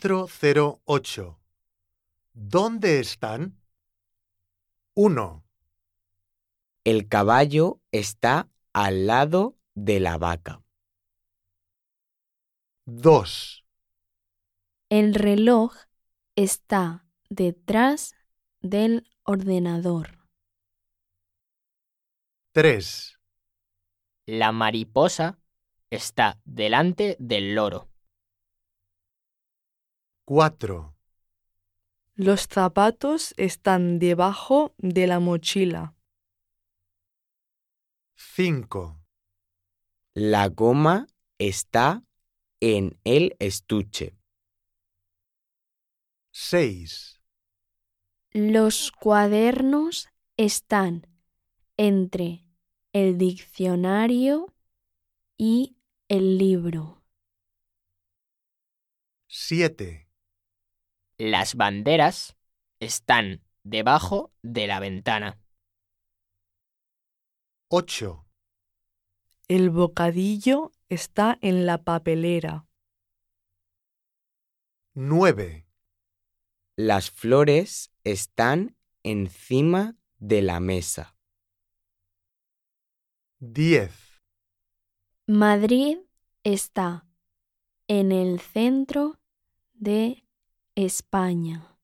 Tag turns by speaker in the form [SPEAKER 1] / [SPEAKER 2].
[SPEAKER 1] 408. ¿Dónde están? 1,
[SPEAKER 2] El caballo está al lado de la vaca.
[SPEAKER 1] 2,
[SPEAKER 3] El reloj está detrás del ordenador.
[SPEAKER 1] 3,
[SPEAKER 4] La mariposa está delante del loro.
[SPEAKER 1] 4,
[SPEAKER 5] Los zapatos están debajo de la mochila.
[SPEAKER 1] 5,
[SPEAKER 2] La goma está en el estuche.
[SPEAKER 1] 6,
[SPEAKER 3] Los cuadernos están entre el diccionario y el libro.
[SPEAKER 1] 7,
[SPEAKER 4] Las banderas están debajo de la ventana.
[SPEAKER 1] 8,
[SPEAKER 5] El bocadillo está en la papelera.
[SPEAKER 1] 9,
[SPEAKER 2] Las flores están encima de la mesa.
[SPEAKER 1] 10.
[SPEAKER 3] Madrid está en el centro de España.